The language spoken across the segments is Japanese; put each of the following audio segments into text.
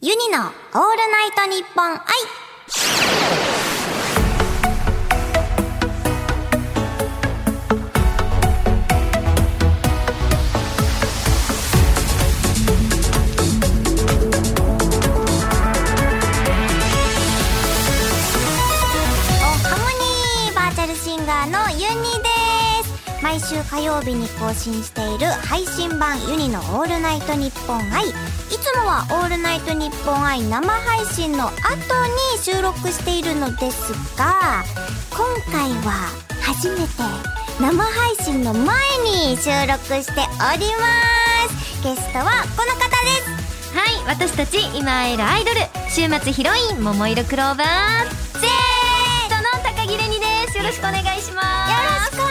ユニのオールナイトニッポン愛おハモニーバーチャルシンガーのユニです毎週火曜日に更新している配信版ユニの「オールナイトニッポン愛」いつもは「オールナイトニッポン愛」生配信の後に収録しているのですが今回は初めて生配信の前に収録しておりますゲストはこの方ですはい私たち今会えるアイドル週末ヒロイン桃色クローバーぜーとの高木れにですよろしくお願いしまよろすしくお願い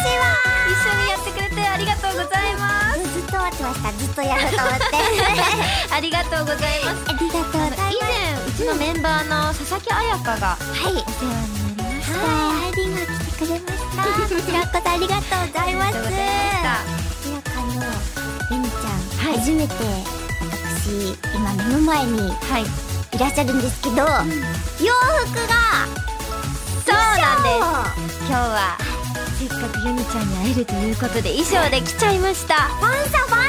します一緒にやってくれてありがとうございま ずっと待ってましたずっとやると思ってすありがとうございますありがとうございます以前うちのメンバーの佐々木彩香がはいお世話になりましたはいアイリーンが来てくれましたこちらこそありがとうございますありがとうございいやあのゆみちゃん、はい初めて私今目の前にはいいらっしゃるんですけど、洋服がそうなんですす今日はせっかくユニちゃんに会えるということで衣装で来ちゃいましたやファンサファン サいや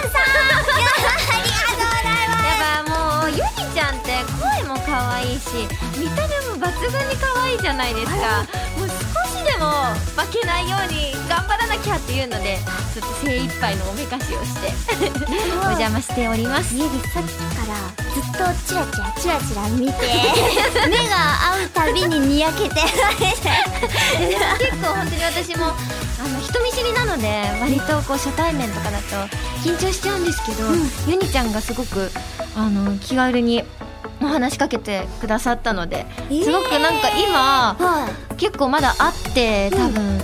ありがとうございますばいもうユニちゃんって声も可愛いし見た目も抜群に可愛いじゃないですかもう少しでも負けないように頑張らなきゃっていうのでちょっと精一杯のおめかしをして お邪魔しております家でさっきからずっとチラチラチラチラ見て目が合うたびににやけてでも結構本当に私もあの人見知りなので割とこう初対面とかだと緊張しちゃうんですけど、ユニちゃんがすごくあの気軽にお話しかけてくださったので、えーすごくなんか今はい結構まだ会って多分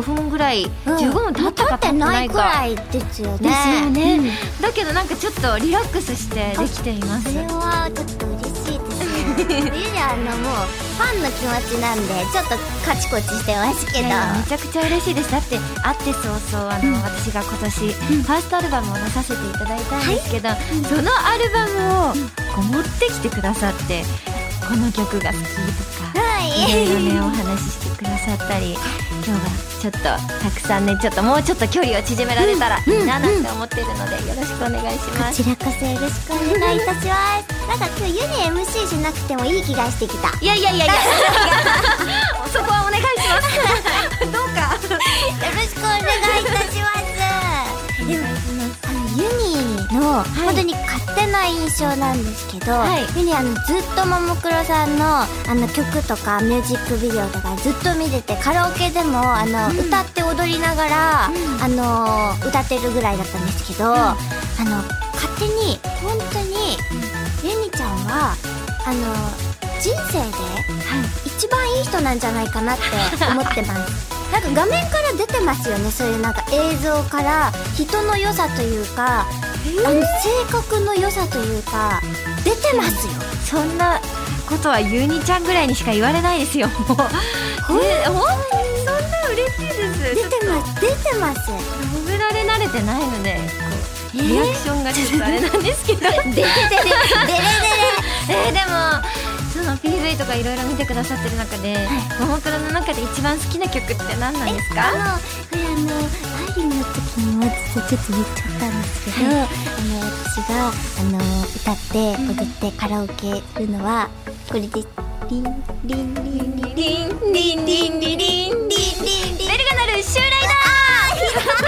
15分ぐらい、15分経ったか経ってないくらか。いですよねですよね、うんだけどなんかちょっとリラックスしてできていますそれはちょっと嬉しいですねゆりあのもうファンの気持ちなんでちょっとカチコチしてますけいどやいやめちゃくちゃ嬉しいですだって会って早々あの、私が今年、ファーストアルバムを出させていただいたんですけど、そのアルバムをこう持ってきてくださってこの曲が好きとかはいいろいろねお話ししてくださったり今日はちょっとたくさんねちょっともうちょっと距離を縮められたらいいななんて思ってるのでよろしくお願いしこますちらこそよろしくお願いいたしますなんか今日ユニ MC しなくてもいい気がしてきたいやいやいやいやそこはお願いします どうかよろしくお願いいたします。でも、あの、ユニの、本当に勝手な印象なんですけど、はいユニあの、ずっとももクロさんの、あの、曲とか、ミュージックビデオとか、ずっと見てて、カラオケでも、あの、歌って踊りながら、あの、歌ってるぐらいだったんですけど、あの、勝手に、本当に、ユニちゃんは、あの、人生で、一番いい人なんじゃないかなって思ってますなんか画面から出てますよねそういうなんか映像から人の良さというか、あの性格の良さというか出てますよそんなことはゆうにちゃんぐらいにしか言われないですよ。もうねほんそんな嬉しいで出す。てます出てます褒められ慣れてないので、こうえーリアクションがちょっとあれなんですけど。出て出て出えーでもその PV とかいろいろ見てくださってる中で、ももクロの中で一番好きな曲って何なんですあか？のこれあのアイリンの時にもちょっと言っちゃったんですけど、あの私があの歌って踊ってカラオケするのはこれですリンリンリンリンリンリンリンリンリンリンリンベルが鳴る襲来 あー本物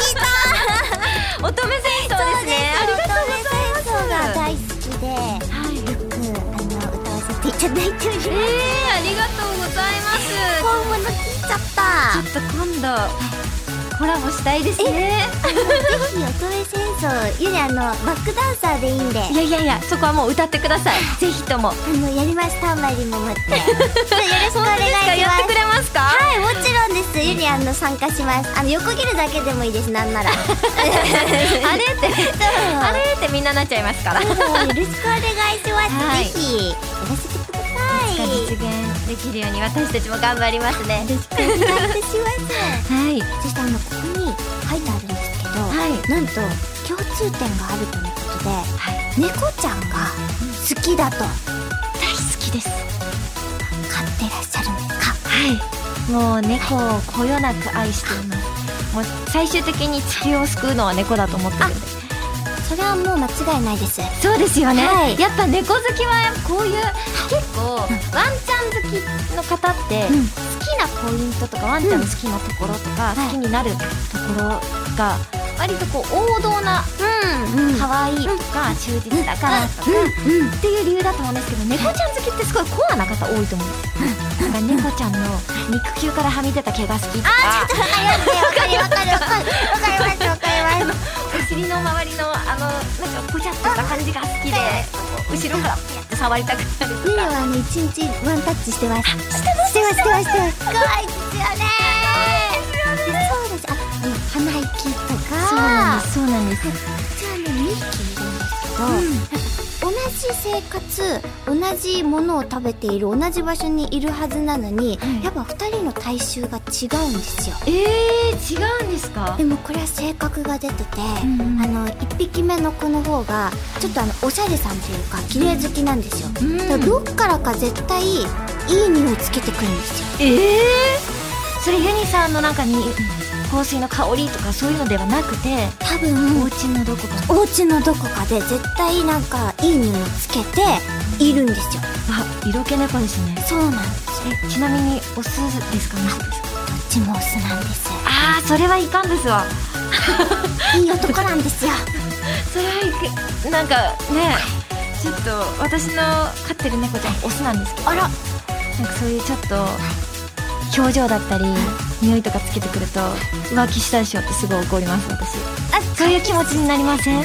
来ただ。乙女戦争ですね。ありがとうございます。が大好きではい。えーうんあの歌わせていただいておりますありがとうございます。本物聞いちゃちょっっと今度コラボしたいですねたぜひ乙女戦争ゆりあのバックダンサーでいいんでいやいやいやそこはもう歌ってくださいぜひともあのやりましたマリも 持ってちょっとよろしくお願いしやまってくすれますか、はいもちろんですゆりあの参加しますあの横切るだけでもいいですなん ならあれって あれってみんななっちゃいますからうんよろしくお願いします、はいぜひやらせてくださ実い現できるように私たちも頑張りますねよろしくお願いいたします。はいそしてあのここに書いてあるんですけど、はいなんと共通点があるとのことで、猫ちゃんが好きだと買大好きですってらっしゃるんですかはいもう猫をこよなく愛していますもう最終的に地球を救うのは猫だと思ってるんでそれはもう間違いないですそうですよね、はいやっぱ猫好きはこういう結構ワンちゃん好きの方って、うん好きなポイントとかワンちゃんの好きなところとか、うん好きになるところが割とこう王道なうんうん可愛いとか忠実だからとかうんっていう理由だと思うんですけど猫ちゃん好きってすごいコアな方多いと思うんですなんか猫ちゃんの肉球からはみ出た毛が好きとかわかりますねわかりますわかりますわかりますわかりますお尻の周りのあのなんかポチャっとした感じが好きで後ろからピュッて触りたくなるミとレかはあの一日ワンタッチしてますしてますしてますしてます可愛いですよねそうですあうん鼻息とかそうなんですそうなんですじゃあね2匹いるんですけど、なんか同じ生活同じものを食べている同じ場所にいるはずなのに、はいやっぱ2人の体臭が違うんですよえー、違うんですかでもこれは性格が出てて、うんうんあの1匹目の子の方がちょっとあのおしゃれさんというか綺麗好きなんですよ、うんだからどっからか絶対いい匂いつけてくるんですよええそれユニさんの中に香水の香りとかそういうのではなくて多お分家のどこかお家のどこかで絶対なんかいい匂いつけているんですよあ色気猫ですねそうなんですえちなみにオスですかメスですかどっちもオスなんですああそれはいかんですわいい男なんですよそれはいくなんかねちょっと私の飼ってる猫ちゃんオスなんですけ どあらなんかそういうちょっと表情だったり匂いとかつけてくると浮気したでしょってすごい怒ります私あそういう気持ちになりません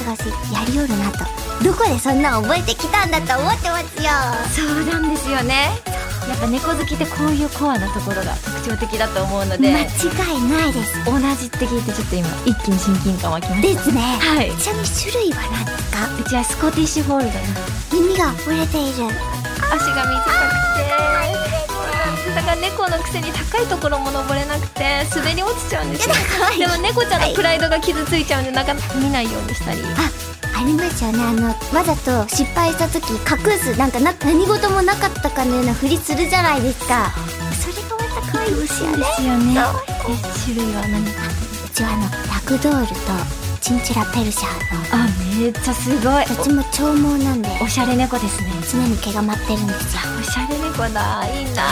高橋やりよるなとどこでそんなん覚えてきたんだと思ってますよそうなんですよねやっぱ猫好きってこういうコアなところが特徴的だと思うので間違いないです同じって聞いてちょっと今一気に親近感湧きましですねたはいちなみに種類は何ですかうちはスコティッシュフォールドの耳が折れている足が短くてだから猫のくせに高いところも登れなくて滑り落ちちゃうんですよ可愛いでも猫ちゃんのプライドが傷ついちゃうんでなかなか見ないようにしたりあありますよねあのわざと失敗した時隠すなんかな何事もなかったかのようなふりするじゃないですかそれがまた可愛いですよねすよね可種類は何かうちはあのラグドールとチンチラペルシャーのあめっちゃすごいどっちも長毛なんでおおしゃれ猫ですね常に毛が舞ってるんですよおしゃれ猫だいいな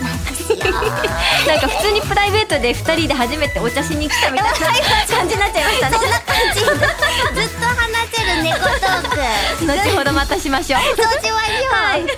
なんですよなんか普通にプライベートで2人で初めてお茶しに来たみたいな感じになっちゃいましたね ずっと話せる猫トーク後ほどまたしましょうどうしましょうはいこ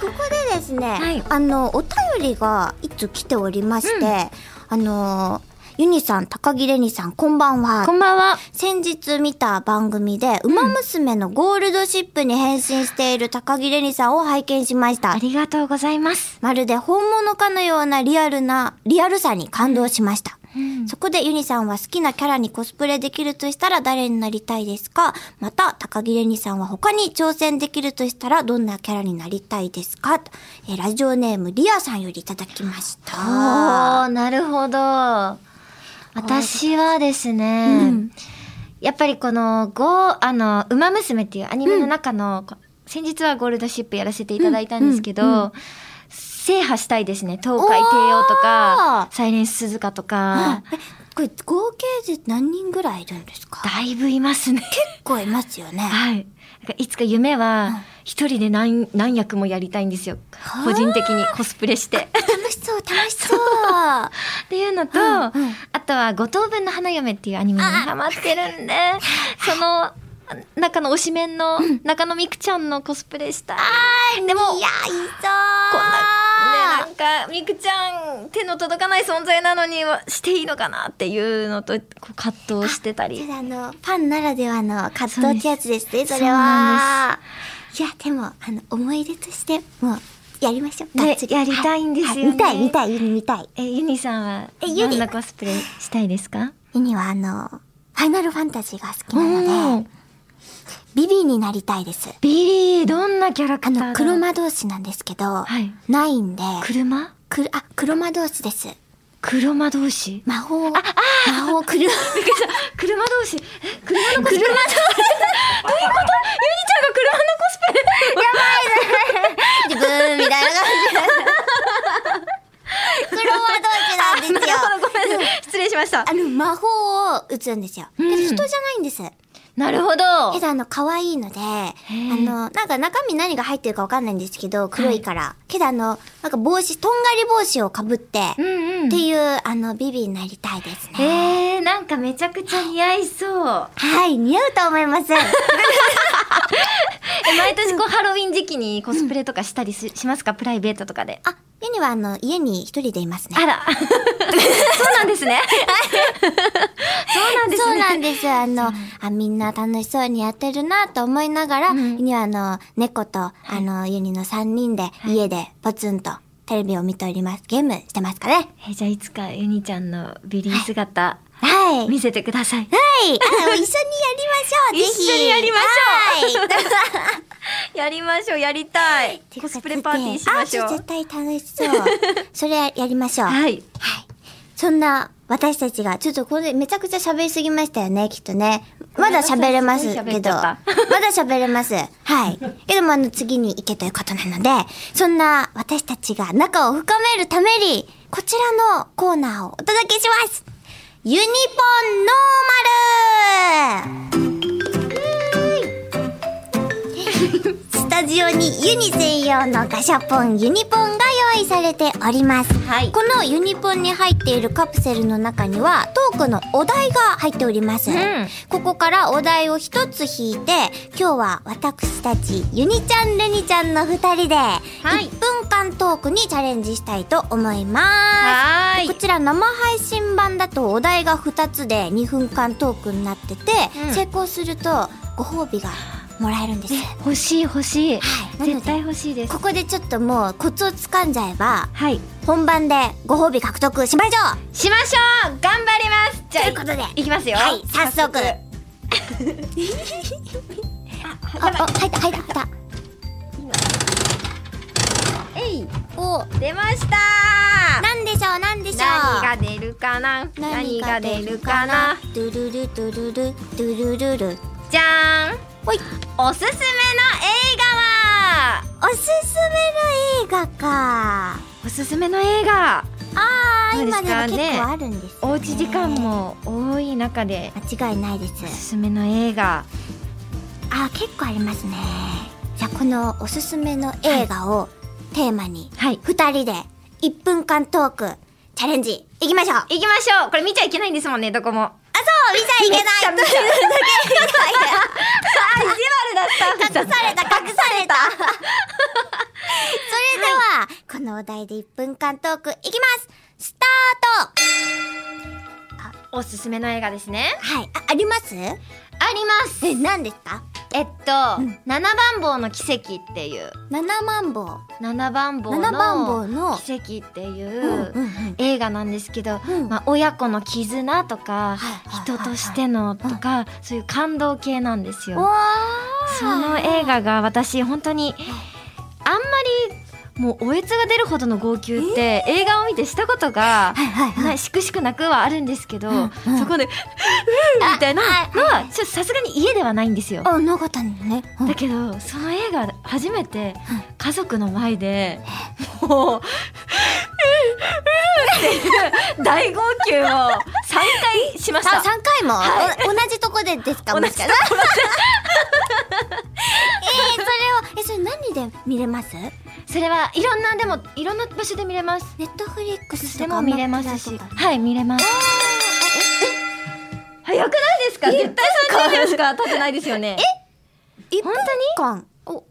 こでですね、はいあのお便りがいつ来ておりまして、うんあのユニさん高木レニさんこんばんはこんばんは先日見た番組で、ウマ娘のゴールドシップに変身している高木レニさんを拝見しましたあ。りがとうございますまるで本物かのようなリアルな、リアルさに感動しました。うんそこでユニさんは好きなキャラにコスプレできるとしたら誰になりたいですかまた、高木レニさんは他に挑戦できるとしたらどんなキャラになりたいですかとえーラジオネームリアさんよりいただきました。あーなるほど私はですね、うんやっぱりこのゴーあの「ウマ娘」っていうアニメの中の、こ先日はゴールドシップやらせていただいたんですけど、うんうんう制覇したいですね東海帝王とかおーサイレンス鈴鹿とあか、えこれ合計で何人ぐらいいるんですかだいぶいますね。結構いますよね。はい。なんかいつか夢は一人で何何役もやりたいんですよはあ。個人的にコスプレして。楽しそう、楽し そう。あっていうのと、うんうんあとは五等分の花嫁っていうアニメにハマってるんで、その中の推しメンの中野美久ちゃんのコスプレしたい。でも、いね、や、いいぞなんか美久ちゃん手の届かない存在なのにはしていいのかなっていうのとこう葛藤してたり。ただあの、ファンならではの葛そう藤ですってやつですね、そそうれなは。いや、でも、あの、思い出として、もう、やりましょう。ねがっつりやりたいんですよねは見たい、見たい、ユニ見たい。え、ユニさんはえユどニんなコスプレしたいですかユニは、あの、ファイナルファンタジーが好きなうのんで、ビビになりたいです。ビリー、どんなキャラあクターだの、黒魔同士なんですけどはい、ないんで、車くるあ、黒魔同士です。車同士魔法魔法車びっくりした車同士え車のコスプレどういうことゆりちゃんが車のコスプレブーン みたいな感じ車はどっちなんですよなるほどごめんなさい失礼しましたあの魔法を打つんですよ、うんけど人じゃないんですなるほどけどあの可愛いのであーのなんか中身何が入ってるかわかんないんですけど黒いから、けどあのなんか帽子とんがり帽子をかぶって、うっんうんていうあのビビになりたいですねえー、なんかめちゃくちゃ似合いそうはい似合うと思います え毎年こうハロウィン時期にコスプレとかしたりししますかプライベートとかであユニはあの家に一人でいますねあ らそうなんですねそうなんですねそうなんです。あの、あ、みんな楽しそうにやってるなと思いながら、うんユニはあの、猫と、あの、ユニの3人で、家でポツンとテレビを見ております。ゲームしてますかね えじゃあいつかユニちゃんのビリー姿は い。はい。見せてください。あ、一緒にやりましょう。ぜひ。一緒にやりましょう。やりましょう、やりたい。コスプレパーティーしましょあ、う絶。対楽しそう。それやりましょう。はい。そんな私たちが、ちょっとこれめちゃくちゃ喋りすぎましたよね、きっとね。まだ喋れますごめけんなど。さまだい喋れ ます。はい。けども、あの、次に行けということなので、そんな私たちが仲を深めるために、こちらのコーナーをお届けしますユニポンノーマル スタジオにユニ専用のガシャポン、ユニポンが用意されております。はい。このユニポンに入っているカプセルの中にはトークのお題が入っております、うんここからお題を一つ引いて今日は私たちユニちゃんレニちゃんの2人でい1分間トークにチャレンジしたいと思います、はこちら生配信版だとお題が2つで2分間トークになってて、うん成功するとご褒美がもらえるんです、は欲しい欲しい。い、なの絶で対欲しいです。ここでちょっともうコツをつかんじゃえばはい。本番でご褒美獲得しましょうしましょう頑張りますじゃあ、ということでいきますよ。はい、早速。あ、あ、あ、やばい入った、入った、入った。えい。お、出ましたなんでしょう、なんでしょう。何が出るかな何が出るかな。ドゥルルドゥルルドゥルルル。じゃーんおい、おすすめの映画はおすすめの映画か。おすすめの映画あー、そうです今でもかね結構あるんです、ね。おうち時間。も多い中で間違いないでおすす。すめの映画あー、結構ありますね。じゃあ、このおすすめの映画をテーマに、はい二人で一分間トークチャレンジいきましょう。あ、そう、行きましょうこれ見ちゃいけないんですもんねどこも見ちゃいけない。めっちゃ見 ちゃあ意地 悪だった隠された隠されたそれでは、このお題で1分間トークいきますスタートおすすめの映画ですねはい、あ、ありますありますえ、何ですかえっと、七番坊の奇跡っていう七万本七番坊七万本のの奇跡ってうんうんいううん映画なんですけど、うんまあ、親子の絆とか、はいはい人としてのとか、そういう感動系なんですよおーその映画が私本当にあんまりもうおえつが出るほどの号泣って映画を見てしたことがはいはいはいなしくしく泣くはあるんですけど、うんうんそこで「うーみたいなのはちょっとさすがに家ではないんですよ。あ、なかったのねうんだけどその映画初めて家族の前でもう「うーうー」っていう大号泣を3回しましあ、た。三回も、はいお同じとこでですか同もじしとかしてこ ろでえー、それを、え、それ何で見れますそれはいろんなでもいろんな場所で見れます。ネットフリックスでとかも見れますアマし、プラとかはい見れます。早くないですか？絶対三十秒しか経ってないですよね。え、一本分当間にお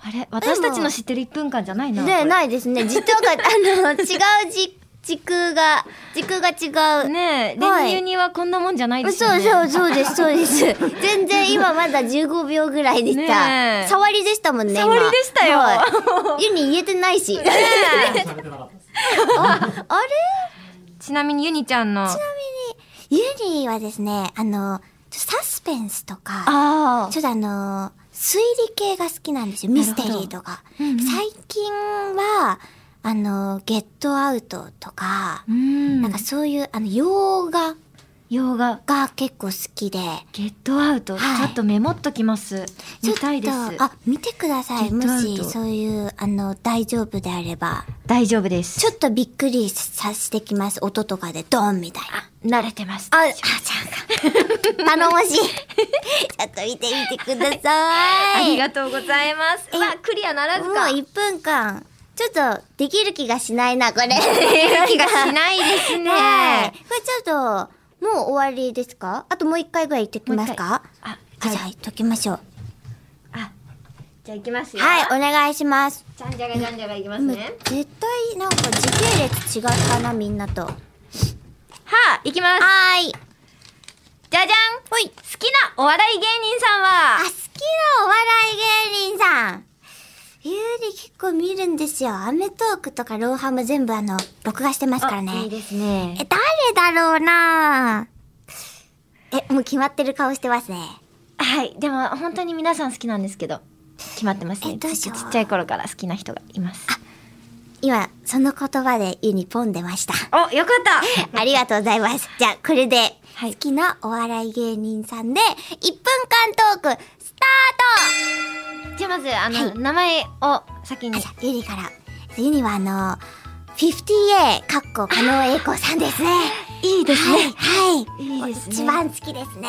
あれ私たちの知ってる一分間じゃないな。こねれないです ね。実はがあの違うじ時空が時空が違う。ねえ、はいレニユニはこんなもんじゃないですよそうね。そうそうですそうです。 全然今まだ15秒ぐらいでした。ねえ触りでしたもんね。今触りでしたよはいユニ言えてないし。あ ねえれちなみにユニちゃんの。あユニはですねあのちょっとサスペンスとかあちょっとあの推理系が好きなんですよミステリーとか。うんうん最近はあの、ゲットアウトとか、うんなんかそういう、あの、洋画洋画が結構好きで、ゲットアウト、はいちょっとメモっときますちょ見っとたいですあ、見てください。ゲッもトアウトし、そういう、あの、大丈夫であれば。大丈夫ですちょっとびっくりさせてきます。音とかでドンみたいな。慣れてますあ、あ、ちゃん か。頼もしい。ちょっと見てみてくださあい。りがとうございますえわクリアならずもうか1分間。ちょっと、できる気がしないな、これ。で気がしないですねはい。これちょっと、もう終わりですかあともう一回ぐらい言ってきますかああ、じゃあ言っときましょう。あじゃあ行きますよはい、お願いします。じゃんじゃがじゃんじゃがいきますもうね絶対、なんか時系列違ったな、みんなと。ははあ行きますーい。じゃじゃんほい。好きなお笑い芸人さんあ、好はきなお笑い芸人さん。ゆうり結構見るんですよ。アメトークとかローハム全部あの、録画してますからね。あいいですねえ、誰だろうなえ、もう決まってる顔してますね。はいでも本当に皆さん好きなんですけど決まってますねえどうしようちっちゃい頃から好きな人がいます今、その言葉でユニポン出ました。およかったありがとうございます。じゃあ、これで、はい好きなお笑い芸人さんで、1分間トーク、スじゃあまずあの、はい名前を先タートにじゃあ、ユニから。ユニはあの、50A、かっこ、加納栄子さんですね。 いいはい、はい。いいですね一番好きですね。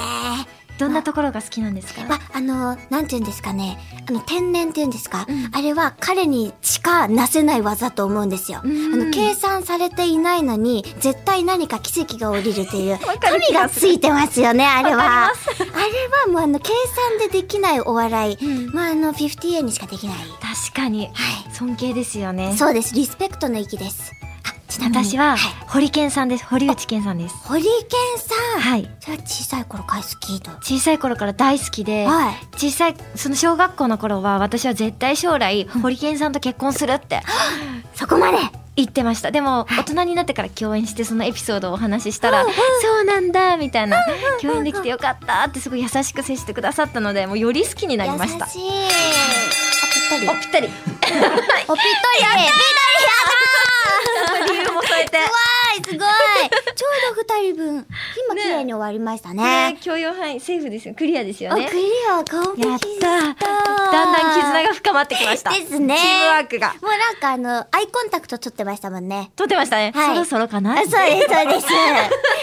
どんなところが好きなんですか、ま、あの、なんて言うんですかね。あの、天然って言うんですか。うんあれは彼にしかなせない技と思うんですよ。うんあの、計算されていないのに、絶対何か奇跡が降りるという、かる神気ががすつるいてますよね、あれは。あわれはもうあの、計算でできないお笑い。うんまあ、あの、50A にしかできない。確かには尊敬ですよねい。そうです。リスペクトの域です。あ、ちなみに。私は、い、堀健さんです堀内健さんですホリケンさん。はいそれは小さい頃から好きと。小さい頃から大好きで、はい。小さいその小学校の頃は私は絶対将来堀健さんと結婚するってそこまで言ってましたでも大人になってから共演してそのエピソードをお話ししたら「そうなんだ」みたいな「共演できてよかった」ってすごい優しく接してくださったのでもうより好きになりました優しい。あ、ぴったり。ぴっおぴたりっとりやったぴ 理由も添えってたりすごいちょうど二人分。今綺麗に終わりましたね。ね許容範囲セーフですよクリアですよお、ねクリア完やっ璧ただんだん絆が深まってきましたですねチームワークがもうなんかあの、アイコンタクト取ってましたもんね。撮ってましたね、はいそろそろかなあ、そうです、そうです。うおー、完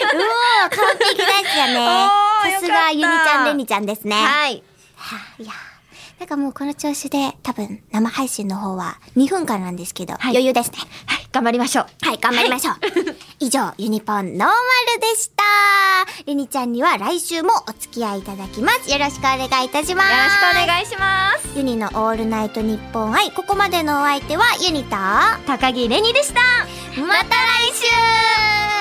璧ですよ ね。おーさすよかがったゆにちゃん、れにちゃんですね。はいいやーなんかもうこの調子で多分生配信の方は2分間なんですけど、い余裕ですね。はい頑張りましょうはい、頑張りましょう。 以上、ユニポンノーマルでした。レニちゃんには来週もお付き合いいただきます。よろしくお願いいたします。よろしくお願いしますユニのオールナイトニッポン愛、ここまでのお相手はユニと、ま高木れにでしたた来週